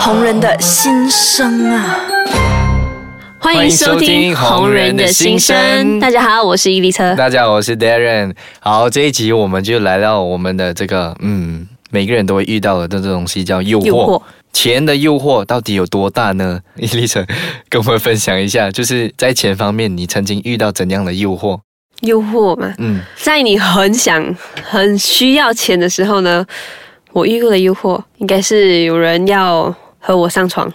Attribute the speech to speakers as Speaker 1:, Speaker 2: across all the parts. Speaker 1: 红人的心声啊！
Speaker 2: 欢迎收听《红人的心声》。大家好，我是伊丽 车。
Speaker 3: 大家好，我是 Darren。好，这一集我们就来到我们的这个，嗯，每个人都会遇到的这东西，叫诱惑。
Speaker 2: 诱惑
Speaker 3: 钱的诱惑到底有多大呢？伊丽晨，跟我们分享一下，就是在钱方面，你曾经遇到怎样的诱惑？
Speaker 2: 诱惑嘛，
Speaker 3: 嗯，
Speaker 2: 在你很想、很需要钱的时候呢，我遇过的诱惑应该是有人要和我上床，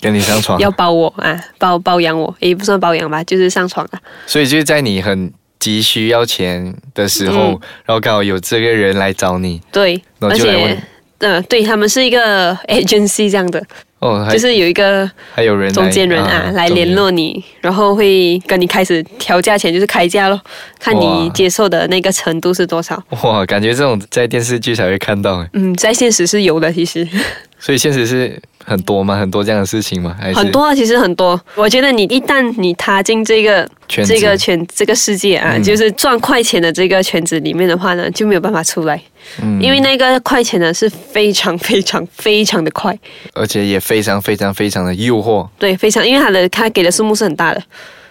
Speaker 3: 跟你上床，
Speaker 2: 要包我啊，包包养我，也不算包养吧，就是上床啊。
Speaker 3: 所以就是在你很急需要钱的时
Speaker 2: 嗯
Speaker 3: 候，然后刚好有这个人来找你，
Speaker 2: 对，
Speaker 3: 那我
Speaker 2: 而
Speaker 3: 就来问
Speaker 2: 且，嗯、对他们是一个 agency 这样的，
Speaker 3: 哦，还
Speaker 2: 就是有一个
Speaker 3: 还有人来
Speaker 2: 中间人啊来联，
Speaker 3: 中
Speaker 2: 络你，然后会跟你开始调价钱，就是开价咯，看你
Speaker 3: 哇
Speaker 2: 接受的那个程度是多少。
Speaker 3: 间哇，感觉这种在电视剧才会看到，哎
Speaker 2: 嗯，在现实是有的，其实
Speaker 3: 所以现实是很多吗？很多这样的事情吗？还是
Speaker 2: 很多啊，其实很多。我觉得你一旦你踏进这个
Speaker 3: 圈子
Speaker 2: 这个圈这个世界啊，
Speaker 3: 嗯
Speaker 2: 就是赚快钱的这个圈子里面的话呢，就没有办法出来，
Speaker 3: 嗯
Speaker 2: 因为那个快钱呢是非常非常非常的快，
Speaker 3: 而且也非常非常非常的诱惑，
Speaker 2: 对，非常，因为他的他给的数目是很大的，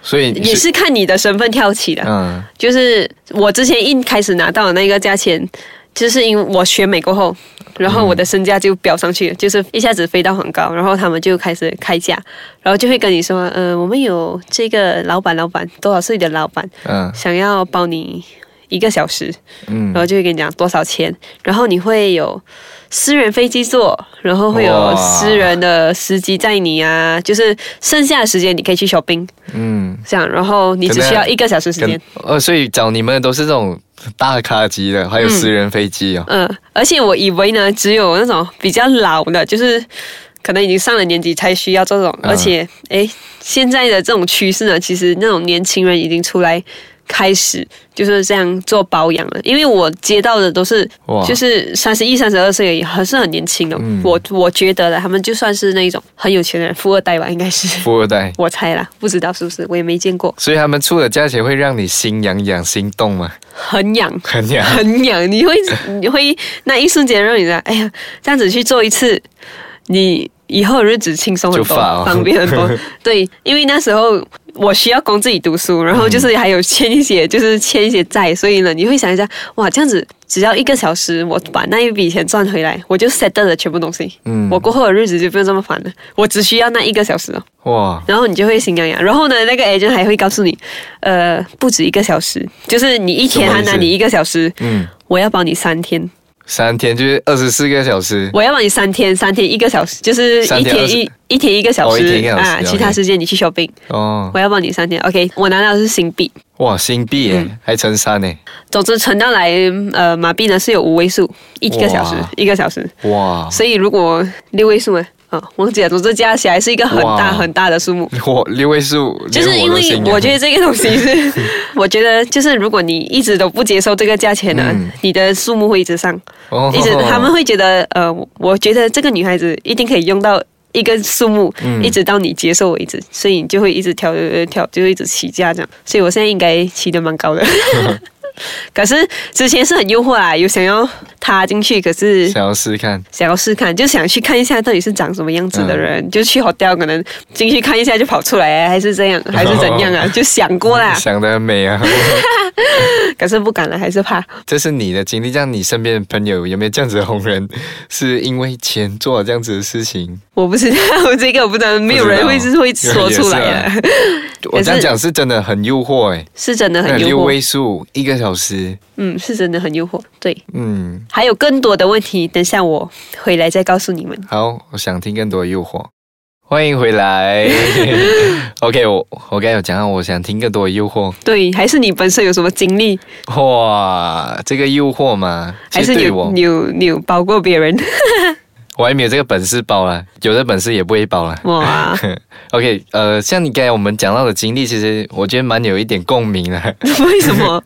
Speaker 3: 所以
Speaker 2: 也是看你的身份挑起的。
Speaker 3: 嗯
Speaker 2: 就是我之前一开始拿到的那个价钱，就是因为我选美过后，然后我的身价就飙上去了，就是一下子飞到很高，然后他们就开始开价，然后就会跟你说，呃，我们有这个老板，老板多少岁的老板
Speaker 3: 嗯
Speaker 2: 想要包你一个小时，
Speaker 3: 嗯
Speaker 2: 然后就会跟你讲多少钱，然后你会有私人飞机坐，然后会有
Speaker 3: 哇
Speaker 2: 私人的司机载你啊，就是剩下的时间你可以去 shopping
Speaker 3: 嗯，
Speaker 2: 这样，然后你只需要一个小时时间
Speaker 3: 跟。呃，所以找你们的都是这种大咖级的，还有私人飞机 哦，
Speaker 2: 嗯，而且我以为呢，只有那种比较老的，就是可能已经上了年纪才需要这种。
Speaker 3: 嗯
Speaker 2: 而且，诶，现在的这种趋势呢，其实那种年轻人已经出来开始就是这样做保养了。因为我接到的都是
Speaker 3: 哇，
Speaker 2: 就是三十一、三十二岁而已，还是很年轻的。哦
Speaker 3: 嗯
Speaker 2: 我我觉得了，他们就算是那种很有钱的人，富二代吧，应该是。
Speaker 3: 富二代。
Speaker 2: 我猜啦，不知道是不是，我也没见过，
Speaker 3: 所以他们出的价钱会让你心痒痒、心动吗？
Speaker 2: 很痒。
Speaker 3: 很 痒，
Speaker 2: 很痒，你会你会那一瞬间让你的哎呀，这样子去做一次，你以后的日子轻松很
Speaker 3: 就
Speaker 2: 多，
Speaker 3: 发哦
Speaker 2: 方便 很多。对，因为那时候我需要供自己读书，然后就是还有欠一些，就是欠一些债，所以呢，你会想一下，哇，这样子只要一个小时，我把那一笔钱赚回来，我就 settle 了全部东西。
Speaker 3: 嗯
Speaker 2: 我过后的日子就不用这么烦了，我只需要那一个小时哦。
Speaker 3: 哇，
Speaker 2: 然后你就会心痒痒。然后呢，那个 agent 还会告诉你，呃，不止一个小时，就是你一天
Speaker 3: 什
Speaker 2: 他
Speaker 3: 么意思
Speaker 2: 拿你一个小时，
Speaker 3: 嗯，
Speaker 2: 我要保你三天，
Speaker 3: 三天就是二十四个小时，
Speaker 2: 我要保你三天，三天一个小时，就是
Speaker 3: 三
Speaker 2: 一
Speaker 3: 天
Speaker 2: 天一一天一个小
Speaker 3: 哦一
Speaker 2: 时,、
Speaker 3: 天一个小时
Speaker 2: 啊，
Speaker 3: ，OK
Speaker 2: 其他时间你去 shopping，、
Speaker 3: 哦，
Speaker 2: 我要保你三天。OK，我拿到的是新币，
Speaker 3: 哇，新币耶，
Speaker 2: 嗯
Speaker 3: 还乘三呢，
Speaker 2: 总之存到来，呃，马币呢是有五位数，一个小时
Speaker 3: 哇
Speaker 2: 一个小时，
Speaker 3: 哇，
Speaker 2: 所以如果六位数呢，啊，忘记了，总之加起来是一个很大
Speaker 3: 哇
Speaker 2: 很大的数目。
Speaker 3: 我六位数，
Speaker 2: 就是因为我觉得这个东西 是，我觉得就是如果你一直都不接受这个价钱呢，
Speaker 3: 嗯
Speaker 2: 你的数目会一直上，
Speaker 3: 得
Speaker 2: 一直他们会觉得呃，我我觉得这个女孩子一定可以用到一个数目，
Speaker 3: 嗯
Speaker 2: 一直到你接受为止，所以你就会一直调调调，就会一直起价这样。所以我现在应该起的蛮高 的，可是之前是很诱惑啊啦，有想要踏进去，可是
Speaker 3: 想要试看，
Speaker 2: 想要试看，就想去看一下到底是长什么样子的
Speaker 3: 嗯
Speaker 2: 人，就去 hotel 可能进去看一下就跑出来，还是这 样，还是怎样啊？就想过 啦，
Speaker 3: 想得很美啊。
Speaker 2: 可是不敢了，还是怕。
Speaker 3: 这是你的经历，这样你身边的朋友有没有这样子的红人，是因为钱做了这样子的事情？
Speaker 2: 我不知道这个，我不知道，没有人会是会说出来啊
Speaker 3: 啊
Speaker 2: 的，
Speaker 3: 我这样讲是真的很诱惑哎、
Speaker 2: 是真的
Speaker 3: 那
Speaker 2: 很诱
Speaker 3: 六
Speaker 2: 惑，
Speaker 3: 位数一个小时，
Speaker 2: 嗯，是真的很诱惑。对，
Speaker 3: 嗯，
Speaker 2: 还有更多的问题，等下我回来再告诉你们。
Speaker 3: 好，我想听更多的诱惑。欢迎回来。OK，我我刚才有讲到，我想听更多的诱惑。
Speaker 2: 对，还是你本身有什么经历，
Speaker 3: 哇，这个诱惑嘛，
Speaker 2: 还
Speaker 3: 其
Speaker 2: 是
Speaker 3: 实
Speaker 2: 你
Speaker 3: 对
Speaker 2: 有
Speaker 3: 我
Speaker 2: 你，有你有包过别 人？
Speaker 3: 我还没有这个本事包啦，有的本事也不会包啦。
Speaker 2: 哇，
Speaker 3: OK，呃，像你刚才我们讲到的经历，其实我觉得蛮有一点共鸣的。
Speaker 2: 为什么？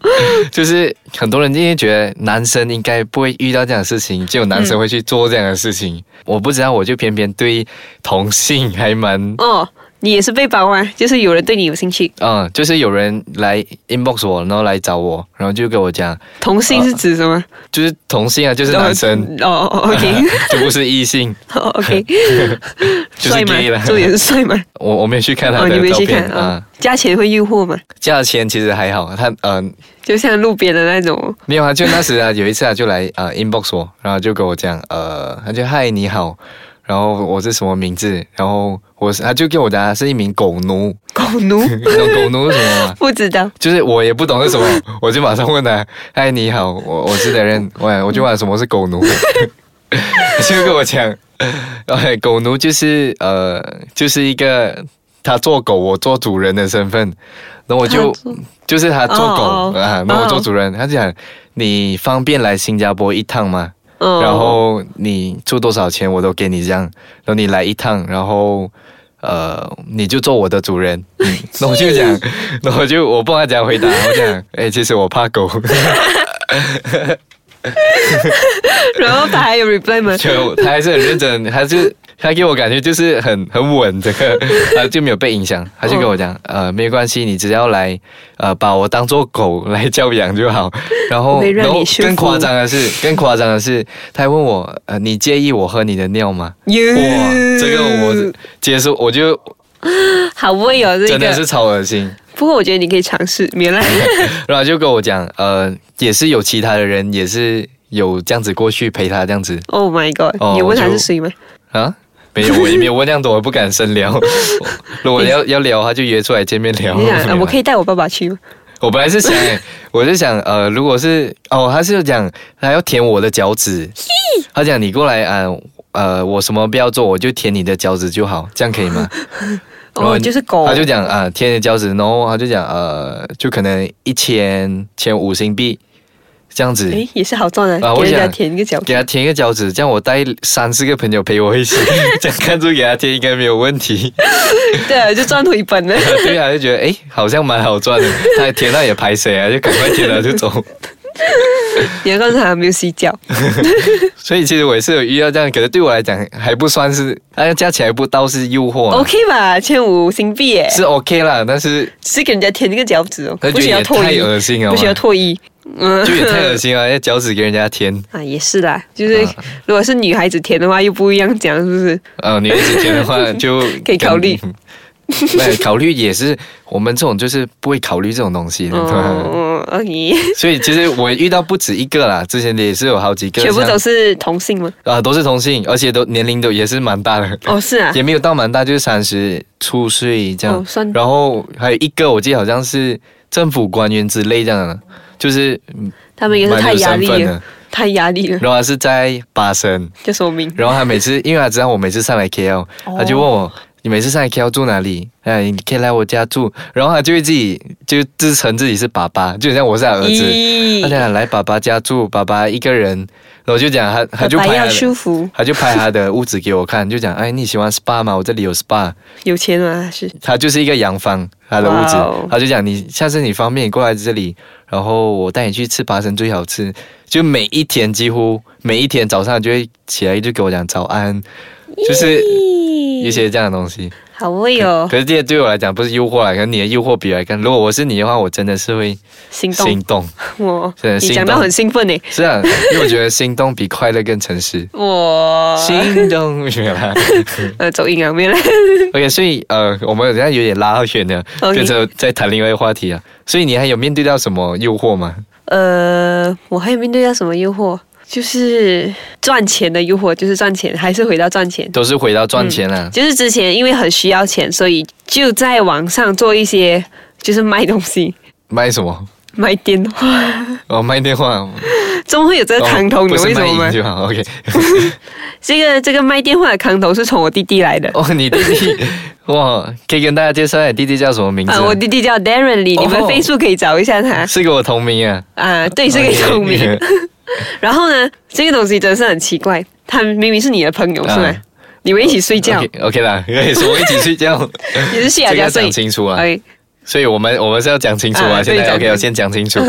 Speaker 3: 就是很多人今天觉得男生应该不会遇到这样的事情，只有男生会去做这样的事情。我不知道，我就偏偏对同性还蛮
Speaker 2: 哦，你也是被包啊，就是有人对你有兴趣。
Speaker 3: 嗯，就是有人来 inbox 我，然后来找我，然后就跟我讲，
Speaker 2: 同性
Speaker 3: 啊
Speaker 2: 是指什么？
Speaker 3: 就是同性啊，就是男生，
Speaker 2: 哦哦哦，OK，
Speaker 3: 就不是异性，
Speaker 2: 哦 OK，
Speaker 3: 就是
Speaker 2: 帅吗
Speaker 3: gay 了？
Speaker 2: 周也是帅吗？
Speaker 3: 我我没有去看他
Speaker 2: 哦，你
Speaker 3: 的
Speaker 2: 没
Speaker 3: 照
Speaker 2: 去
Speaker 3: 片
Speaker 2: 看
Speaker 3: 啊
Speaker 2: 啊？，价钱会诱惑吗？
Speaker 3: 价钱其实还好，他嗯。
Speaker 2: 就像路边的那种，
Speaker 3: 没有啊，就那时啊，有一次啊，就来呃 inbox 我，然后就跟我讲，呃，他就嗨你好，然后我是什么名字，然后我是他就给我答是一名狗奴，
Speaker 2: 狗 奴，
Speaker 3: 你懂狗奴是什么吗？
Speaker 2: 不知道。
Speaker 3: 就是我也不懂是什 么，我就马上问他，嗨你好，我我是的人，我我就问什么是狗奴， 就跟我讲，哎，狗奴就是呃就是一个他做狗，我做主人的身份，然后我
Speaker 2: 他
Speaker 3: 就
Speaker 2: 做
Speaker 3: 就是他做狗、
Speaker 2: 哦哦
Speaker 3: 啊，然后我做主人，他讲你方便来新加坡一趟吗？
Speaker 2: 哦
Speaker 3: 然后你出多少钱我都给你这样，然后你来一趟，然后呃你就做我的 主人。嗯那我就讲， 那我就我不知道怎样回答，我讲哎、其实我怕狗，
Speaker 2: 然后他还有 reply 吗？
Speaker 3: 就他还是很认真，还是。他给我感觉就是很很稳，这个他就没有被影响，他就跟我讲，呃，没关系，你只要来，呃，把我当做狗来教养就好。然后，
Speaker 2: 没让
Speaker 3: 然
Speaker 2: 你
Speaker 3: 后
Speaker 2: 驯服
Speaker 3: 更夸张的是，更夸张的是，他还问我，呃，你介意我喝你的尿吗？
Speaker 2: 哟
Speaker 3: 哇，这个我接受，我就
Speaker 2: 好味哦，这
Speaker 3: 真的是
Speaker 2: 个。
Speaker 3: 超 恶心。
Speaker 2: 不过我觉得你可以尝试，原 来
Speaker 3: 然后就跟我讲，呃，也是有其他的人也是有这样子过去陪他这样子
Speaker 2: Oh my God！
Speaker 3: 哦
Speaker 2: 你问他
Speaker 3: 我就是
Speaker 2: 谁吗？
Speaker 3: 啊。没有，我也没有问那样多，我不敢深聊。 如果要要聊的话，就约出来见面聊。
Speaker 2: 你想，啊我可
Speaker 3: 以，
Speaker 2: 以带我爸爸去吗？
Speaker 3: 我本 来是想，我是想，呃，如果是哦，他是讲他要舔我的 脚趾，他讲你过来啊、呃，我什么不要做，我就舔你的脚趾就好，这样可以吗？然后
Speaker 2: 哦，就是狗
Speaker 3: 他，就讲啊，贴的胶纸，然后他就讲呃，就可能一千千五新币这样子，
Speaker 2: 诶，也是好赚
Speaker 3: 啊
Speaker 2: 的，
Speaker 3: 我
Speaker 2: 给人家
Speaker 3: 想
Speaker 2: 舔一个脚。
Speaker 3: 给他贴一个胶纸，这样我带三四个朋友陪我一起， 这样看住给他贴应该没有问题。
Speaker 2: 对啊，就赚回本了。
Speaker 3: 对啊，就觉得诶，好像蛮好赚的，他贴那也排水啊，就赶快贴了就走。
Speaker 2: 你要告诉他有没有洗脚，
Speaker 3: 所以其实我也是有遇到这样，可是对我来讲还不算是，那个加起来不到是诱惑啊、
Speaker 2: OK 吧？千五新币耶，
Speaker 3: 是 OK 啦，但是
Speaker 2: 只是给人家舔一个脚趾哦，
Speaker 3: 那
Speaker 2: 不
Speaker 3: 就
Speaker 2: 需要
Speaker 3: 也
Speaker 2: 脱
Speaker 3: 太
Speaker 2: 衣，
Speaker 3: 恶心了嘛，
Speaker 2: 不需要脱衣。嗯
Speaker 3: 就也太恶心了，要脚趾给人家贴。
Speaker 2: 啊，也是啦，就是
Speaker 3: 啊
Speaker 2: 如果是女孩子舔的话，又不一样讲，是不是？
Speaker 3: 呃，女孩子填的话就
Speaker 2: 可以考虑
Speaker 3: 跟。对，考虑也是我们这种就是不会考虑这种东西的，
Speaker 2: 哦，OK，
Speaker 3: 所以其实我遇到不止一个啦，之前也是有好几个，
Speaker 2: 全部
Speaker 3: 像
Speaker 2: 都是同性吗？
Speaker 3: 啊、都是同性，而且都年龄都也是蛮大的，
Speaker 2: 哦，是啊，
Speaker 3: 也没有到蛮大，就是三十出岁这样。
Speaker 2: 哦算
Speaker 3: 然后还有一个我记得好像是政府官员之类这样的，就是
Speaker 2: 他们也是
Speaker 3: 蛮
Speaker 2: 太
Speaker 3: 有
Speaker 2: 压
Speaker 3: 身
Speaker 2: 力
Speaker 3: 份
Speaker 2: 了
Speaker 3: 的，。
Speaker 2: 太压力了，
Speaker 3: 然后他是在巴生，
Speaker 2: 就说明
Speaker 3: 然后他每次，因为他知道我每次上来 KL，
Speaker 2: 哦
Speaker 3: 他就问我，你每次上来 KL 住哪里？哎，你可以来我家住。然后他就会自己就自称自己是爸爸，就很像我是他儿子。他
Speaker 2: 咦，
Speaker 3: 讲来爸爸家住，爸爸一个人。然后我就讲他，他
Speaker 2: 白
Speaker 3: 就拍他
Speaker 2: 要 舒
Speaker 3: 的，
Speaker 2: 服，
Speaker 3: 他就拍他的屋子给我看，就讲，哎，你喜欢 SPA 吗？我这里有 SPA。
Speaker 2: 有钱啊是。
Speaker 3: 他就是一个洋房，他的屋子
Speaker 2: 哇哦
Speaker 3: 他就讲你下次你方便你过来这里，然后我带你去吃爬神最好吃。就每一天几乎每一天早上就会起来就给我讲早安，就是一些这样的东西。
Speaker 2: 好味哦，
Speaker 3: 可是这些对我来讲不是诱惑啊，可能你的诱惑比我来更。如果我是你的话，我真的是会
Speaker 2: 心
Speaker 3: 心
Speaker 2: 动
Speaker 3: 动。
Speaker 2: 我
Speaker 3: 真的，
Speaker 2: 你
Speaker 3: 心
Speaker 2: 讲到
Speaker 3: 动
Speaker 2: 很兴奋欸呢，。
Speaker 3: 是啊，因为我觉得心动比快乐更诚实
Speaker 2: 我
Speaker 3: 心动 没有啦
Speaker 2: 呃走音啊，没了，
Speaker 3: ，OK，所以呃，我们好像有点拉远了，
Speaker 2: OK
Speaker 3: 变成在谈另外一个话题啊。所以你还有面对到什么诱惑吗？
Speaker 2: 呃，我还有面对到什么诱惑？就是赚钱的诱惑，就是赚钱，还是回到赚钱。
Speaker 3: 都是回到赚钱啊。
Speaker 2: 就是之前因为很需要钱，所以就在网上做一些就是卖东西、
Speaker 3: 卖什么？
Speaker 2: 卖电话，
Speaker 3: 哦，卖电话。
Speaker 2: 怎么会有这个康头？
Speaker 3: 哦
Speaker 2: 你
Speaker 3: 不是
Speaker 2: 为什
Speaker 3: 卖
Speaker 2: 么吗
Speaker 3: 淫？就好。OK。
Speaker 2: 这个这个卖电话的康头是从我弟弟来的。
Speaker 3: 哦，你弟弟， 哇，可以跟大家介绍一下你弟弟叫什么名字？
Speaker 2: 啊，我弟弟叫 Darren Lee，、你们
Speaker 3: 哦
Speaker 2: Facebook 可以找一下他。
Speaker 3: 是跟我同名啊。
Speaker 2: 啊，对，是个聪 明。然后呢，这个东西真是很奇怪，他明明是你的朋友，是吗？
Speaker 3: 啊哦
Speaker 2: 你们一起睡觉，
Speaker 3: OK OK 啦，可以说我一起睡觉。
Speaker 2: 也是去他
Speaker 3: 这个
Speaker 2: 家
Speaker 3: 要
Speaker 2: 睡
Speaker 3: 讲。清楚啊。
Speaker 2: 哎，
Speaker 3: 所以我们我们是要讲清楚啊，
Speaker 2: 啊
Speaker 3: 现
Speaker 2: 对
Speaker 3: 在
Speaker 2: 讲
Speaker 3: OK，我先讲 清楚，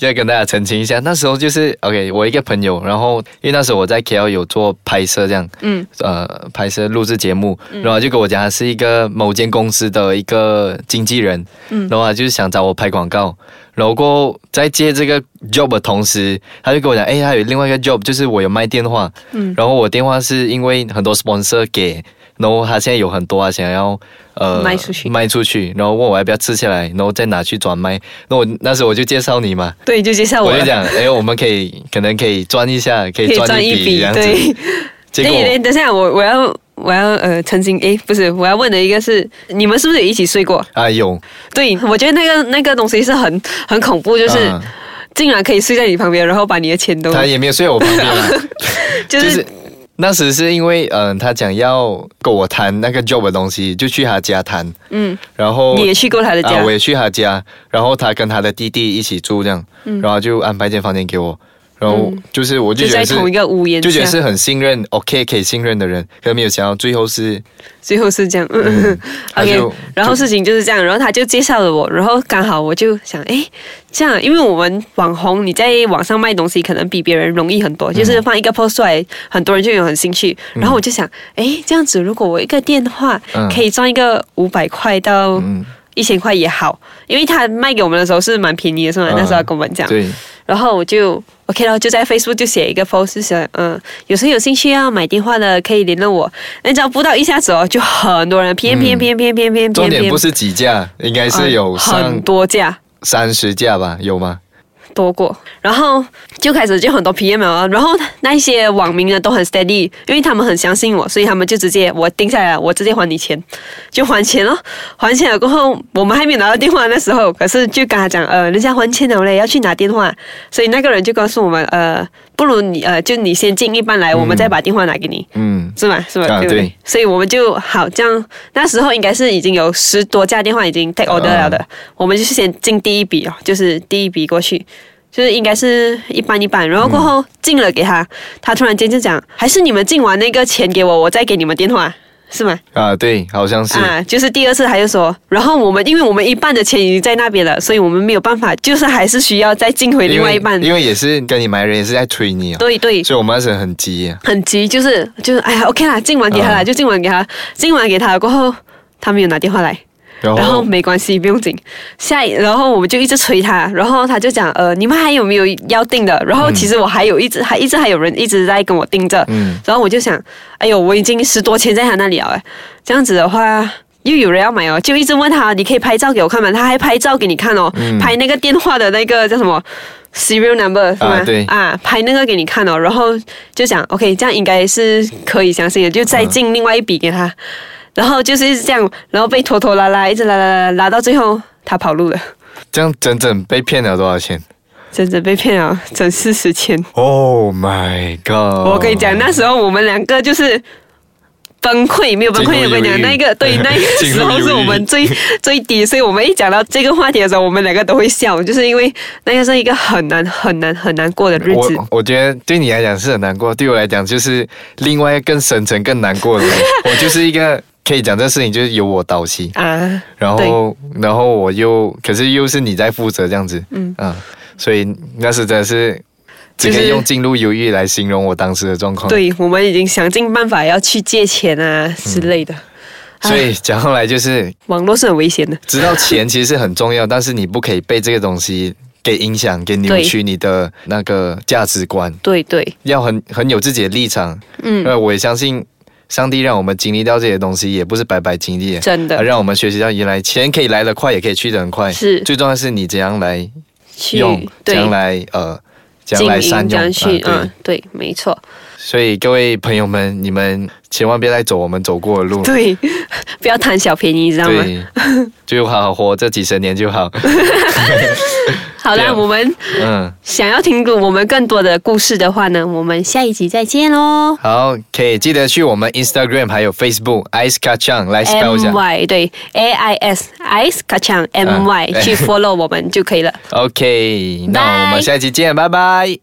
Speaker 3: 要跟大家澄清一下。那时候就是 OK，我一个朋友，然后因为那时候我在 KL 有做拍摄这样，
Speaker 2: 嗯，
Speaker 3: 呃，拍摄录制节目，然后他就跟我讲他是一个某间公司的一个经纪人，嗯，然后他就是想找我拍广告，然后过后在接这个 job 的同时，他就跟我讲，哎，还有另外一个 job，就是我有卖电话，嗯，然后我电话是因为很多 sponsor 给。然后他现在有很多啊，想要呃
Speaker 2: 卖出去
Speaker 3: 卖出去，然后问我要不要吃下来，然后再拿去转卖。那我那时候我就介绍你嘛，
Speaker 2: 对，就介绍
Speaker 3: 我
Speaker 2: 我
Speaker 3: 就
Speaker 2: 了，
Speaker 3: 讲，哎哎，我们可以可能可以赚一下，可
Speaker 2: 可
Speaker 3: 以
Speaker 2: 以
Speaker 3: 赚
Speaker 2: 赚
Speaker 3: 一
Speaker 2: 一
Speaker 3: 笔
Speaker 2: 笔
Speaker 3: 这样，子。
Speaker 2: 对。
Speaker 3: 结
Speaker 2: 哎哎
Speaker 3: 果
Speaker 2: 等一下，我我要我要呃澄清，诶，不是，我要问的一个是，你们是不是有一起睡过？
Speaker 3: 啊有，
Speaker 2: 对，我觉得那个那个东西是很很恐怖，就是、
Speaker 3: 嗯
Speaker 2: 竟然可以睡在你旁边，然后把你的钱都
Speaker 3: 他也没有睡我旁边啊，
Speaker 2: 就、
Speaker 3: 就是是。那时是因为，嗯、他讲要跟我谈那个 job 的东西，就去他家谈，
Speaker 2: 嗯，
Speaker 3: 然后
Speaker 2: 你也去过他的家，
Speaker 3: 哦啊，我也去他家，然后他跟他的弟弟一起住这样，
Speaker 2: 嗯
Speaker 3: 然后就安排一间房间给我，然后就是我就
Speaker 2: 就
Speaker 3: 觉
Speaker 2: 在
Speaker 3: 得是
Speaker 2: 同一个屋檐
Speaker 3: 就觉得是
Speaker 2: 下，
Speaker 3: 很信任，OK 可以信任的人，可没有想到最后是，
Speaker 2: 最后是这样。嗯
Speaker 3: 他就
Speaker 2: OK，然后事情就是这样，然后他就介绍了我，然后刚好我就想，诶，这样，因为我们网红你在网上卖东西可能比别人容易很
Speaker 3: 嗯
Speaker 2: 多，就是放一个 post 出来，很多人就有很兴趣。然后我就想，诶，这样子如果我一个电话
Speaker 3: 嗯
Speaker 2: 可以赚一个五百块到
Speaker 3: 嗯，
Speaker 2: 一千块也好，因为他卖给我们的时候是蛮便宜的，是吗？
Speaker 3: 嗯
Speaker 2: 那时候他跟我们讲，
Speaker 3: 对，
Speaker 2: 然后我就 OK 了，就在 Facebook 就写一个 post，就写嗯，有谁有兴趣要买电话的可以联络我。那只要不到一下子哦，就很多人偏偏偏偏偏偏偏偏，
Speaker 3: 嗯重点不是几架，应该是有上
Speaker 2: 啊很多架。
Speaker 3: 三十架吧，有吗？
Speaker 2: 多过，然后就开始就很多 PM 了，然后那些网民呢都很 steady，因为他们很相信我，所以他们就直接我定下来了，我直接还你钱，就还钱咯。还钱了过后，我们还没有拿到电话那时候，可是就跟他讲，呃，人家还钱了嘞，要去拿电话，所以那个人就告诉我们，呃，不如你呃，就你先进一半来，我们再把电话拿给你。
Speaker 3: 嗯，
Speaker 2: 是吧？是吧？
Speaker 3: 啊
Speaker 2: 对不对
Speaker 3: 对？
Speaker 2: 所以我们就好这样，那时候应该是已经有十多家电话已经 take order
Speaker 3: 啊
Speaker 2: 了的，我们就是先进第一笔哦，就是第一笔过去，就是应该是一半一半，然后过
Speaker 3: 嗯
Speaker 2: 后进了给他，他突然间就讲，还是你们进完那个钱给我，我再给你们电话。是吗？
Speaker 3: 啊，对，好像是，
Speaker 2: 啊，就是第二次他就说，然后我们因为我们一半的钱已经在那边了，所以我们没有办法，就是还是需要再进回
Speaker 3: 因
Speaker 2: 另外
Speaker 3: 为
Speaker 2: 一半。
Speaker 3: 因为也是跟你买的人也是在催你啊，
Speaker 2: 对对，
Speaker 3: 所以我们那时候很急啊，
Speaker 2: 很急，就是就是，哎呀，OK 啦，今晚给他啦，
Speaker 3: 嗯
Speaker 2: 就今晚给他，今晚给他过后，他没有拿电话来，
Speaker 3: 然后
Speaker 2: 然后没关系，不用紧。下一，然后我们就一直催他，然后他就讲，呃，你们还有没有要订的？然后其实我还有一直还一直还有人一直在跟我盯着，
Speaker 3: 嗯
Speaker 2: 然后我就想，哎呦，我已经十多钱在他那里了，哎这样子的话。又有人要买哦，就一直问他，你可以拍照给我看吗？他还拍照给你看哦，拍那个电话的那个叫什么 serial number 是吗？
Speaker 3: 对
Speaker 2: 啊，拍那个给你看哦，然后就讲 OK，这样应该是可以相信的，就再进另外一笔给他，然后就是一直这样，然后被拖拖拉拉，一直拉拉拉拉到最后他跑路了，
Speaker 3: 这样整整被骗了多少钱
Speaker 2: 真的被骗了整四十千。
Speaker 3: ？Oh my god！
Speaker 2: 我跟你讲，那时候我们两个就是崩溃，没有崩溃，
Speaker 3: 进入
Speaker 2: 我跟你讲，
Speaker 3: 忧郁
Speaker 2: 那个对那个
Speaker 3: 进入
Speaker 2: 时候是我
Speaker 3: 忧郁
Speaker 2: 们最 最低，所以我们一讲到这个话题的时候，我们两个都会笑，就是因为那个是一个很难很难很难过的日子。
Speaker 3: 我我觉得对你来讲是很难过，对我来讲就是另外一个更深层、更难过 的人。我就是一个可以讲这事情就是由我导起，
Speaker 2: 啊，
Speaker 3: 然后然后我又可是又是你在负责这样子，嗯啊，所以那时真的是只可
Speaker 2: 就
Speaker 3: 以
Speaker 2: 是
Speaker 3: 用进入犹豫来形容我当时的状况。，
Speaker 2: 对，我们已经想尽办法要去借钱啊之类的。
Speaker 3: 所以讲后来就是
Speaker 2: 网络是很危险的，
Speaker 3: 知道钱其实是很重要，但是你不可以被这个东西给影响、给扭
Speaker 2: 对
Speaker 3: 曲你的那个价值观。
Speaker 2: 对对，
Speaker 3: 要很很有自己的立场。嗯，呃，我也相信上帝让我们经历到这些东西，也不是白白经历的，
Speaker 2: 真的
Speaker 3: 而让我们学习到原来钱可以来得快，也可以去得很快。
Speaker 2: 是
Speaker 3: 最重要的是你怎样来
Speaker 2: 去
Speaker 3: 用，怎
Speaker 2: 对
Speaker 3: 样来呃。怎样
Speaker 2: 经
Speaker 3: 来
Speaker 2: 营
Speaker 3: 善
Speaker 2: 这
Speaker 3: 用
Speaker 2: 样去，
Speaker 3: 啊对
Speaker 2: 嗯，对，没错，
Speaker 3: 所以各位朋友们，你们千万别再走我们走过的路，
Speaker 2: 对， 不要贪小便宜，你知道吗？
Speaker 3: 嗯 对，就好好活这几十年就好。
Speaker 2: 好
Speaker 3: 对啊
Speaker 2: 啦，我们
Speaker 3: 嗯，
Speaker 2: 想要听我们更多的故事的话呢，我们下一集再见喽。
Speaker 3: 好，可以记得去我们 Instagram 还有 Facebook Ice k a c h a n g 来 spell
Speaker 2: M
Speaker 3: 一下。
Speaker 2: Y 对 A I S ice 卡强 M Y
Speaker 3: 啊
Speaker 2: 去 follow 我们就可以了。
Speaker 3: OK，那我们
Speaker 2: 拜
Speaker 3: 下期见，拜拜。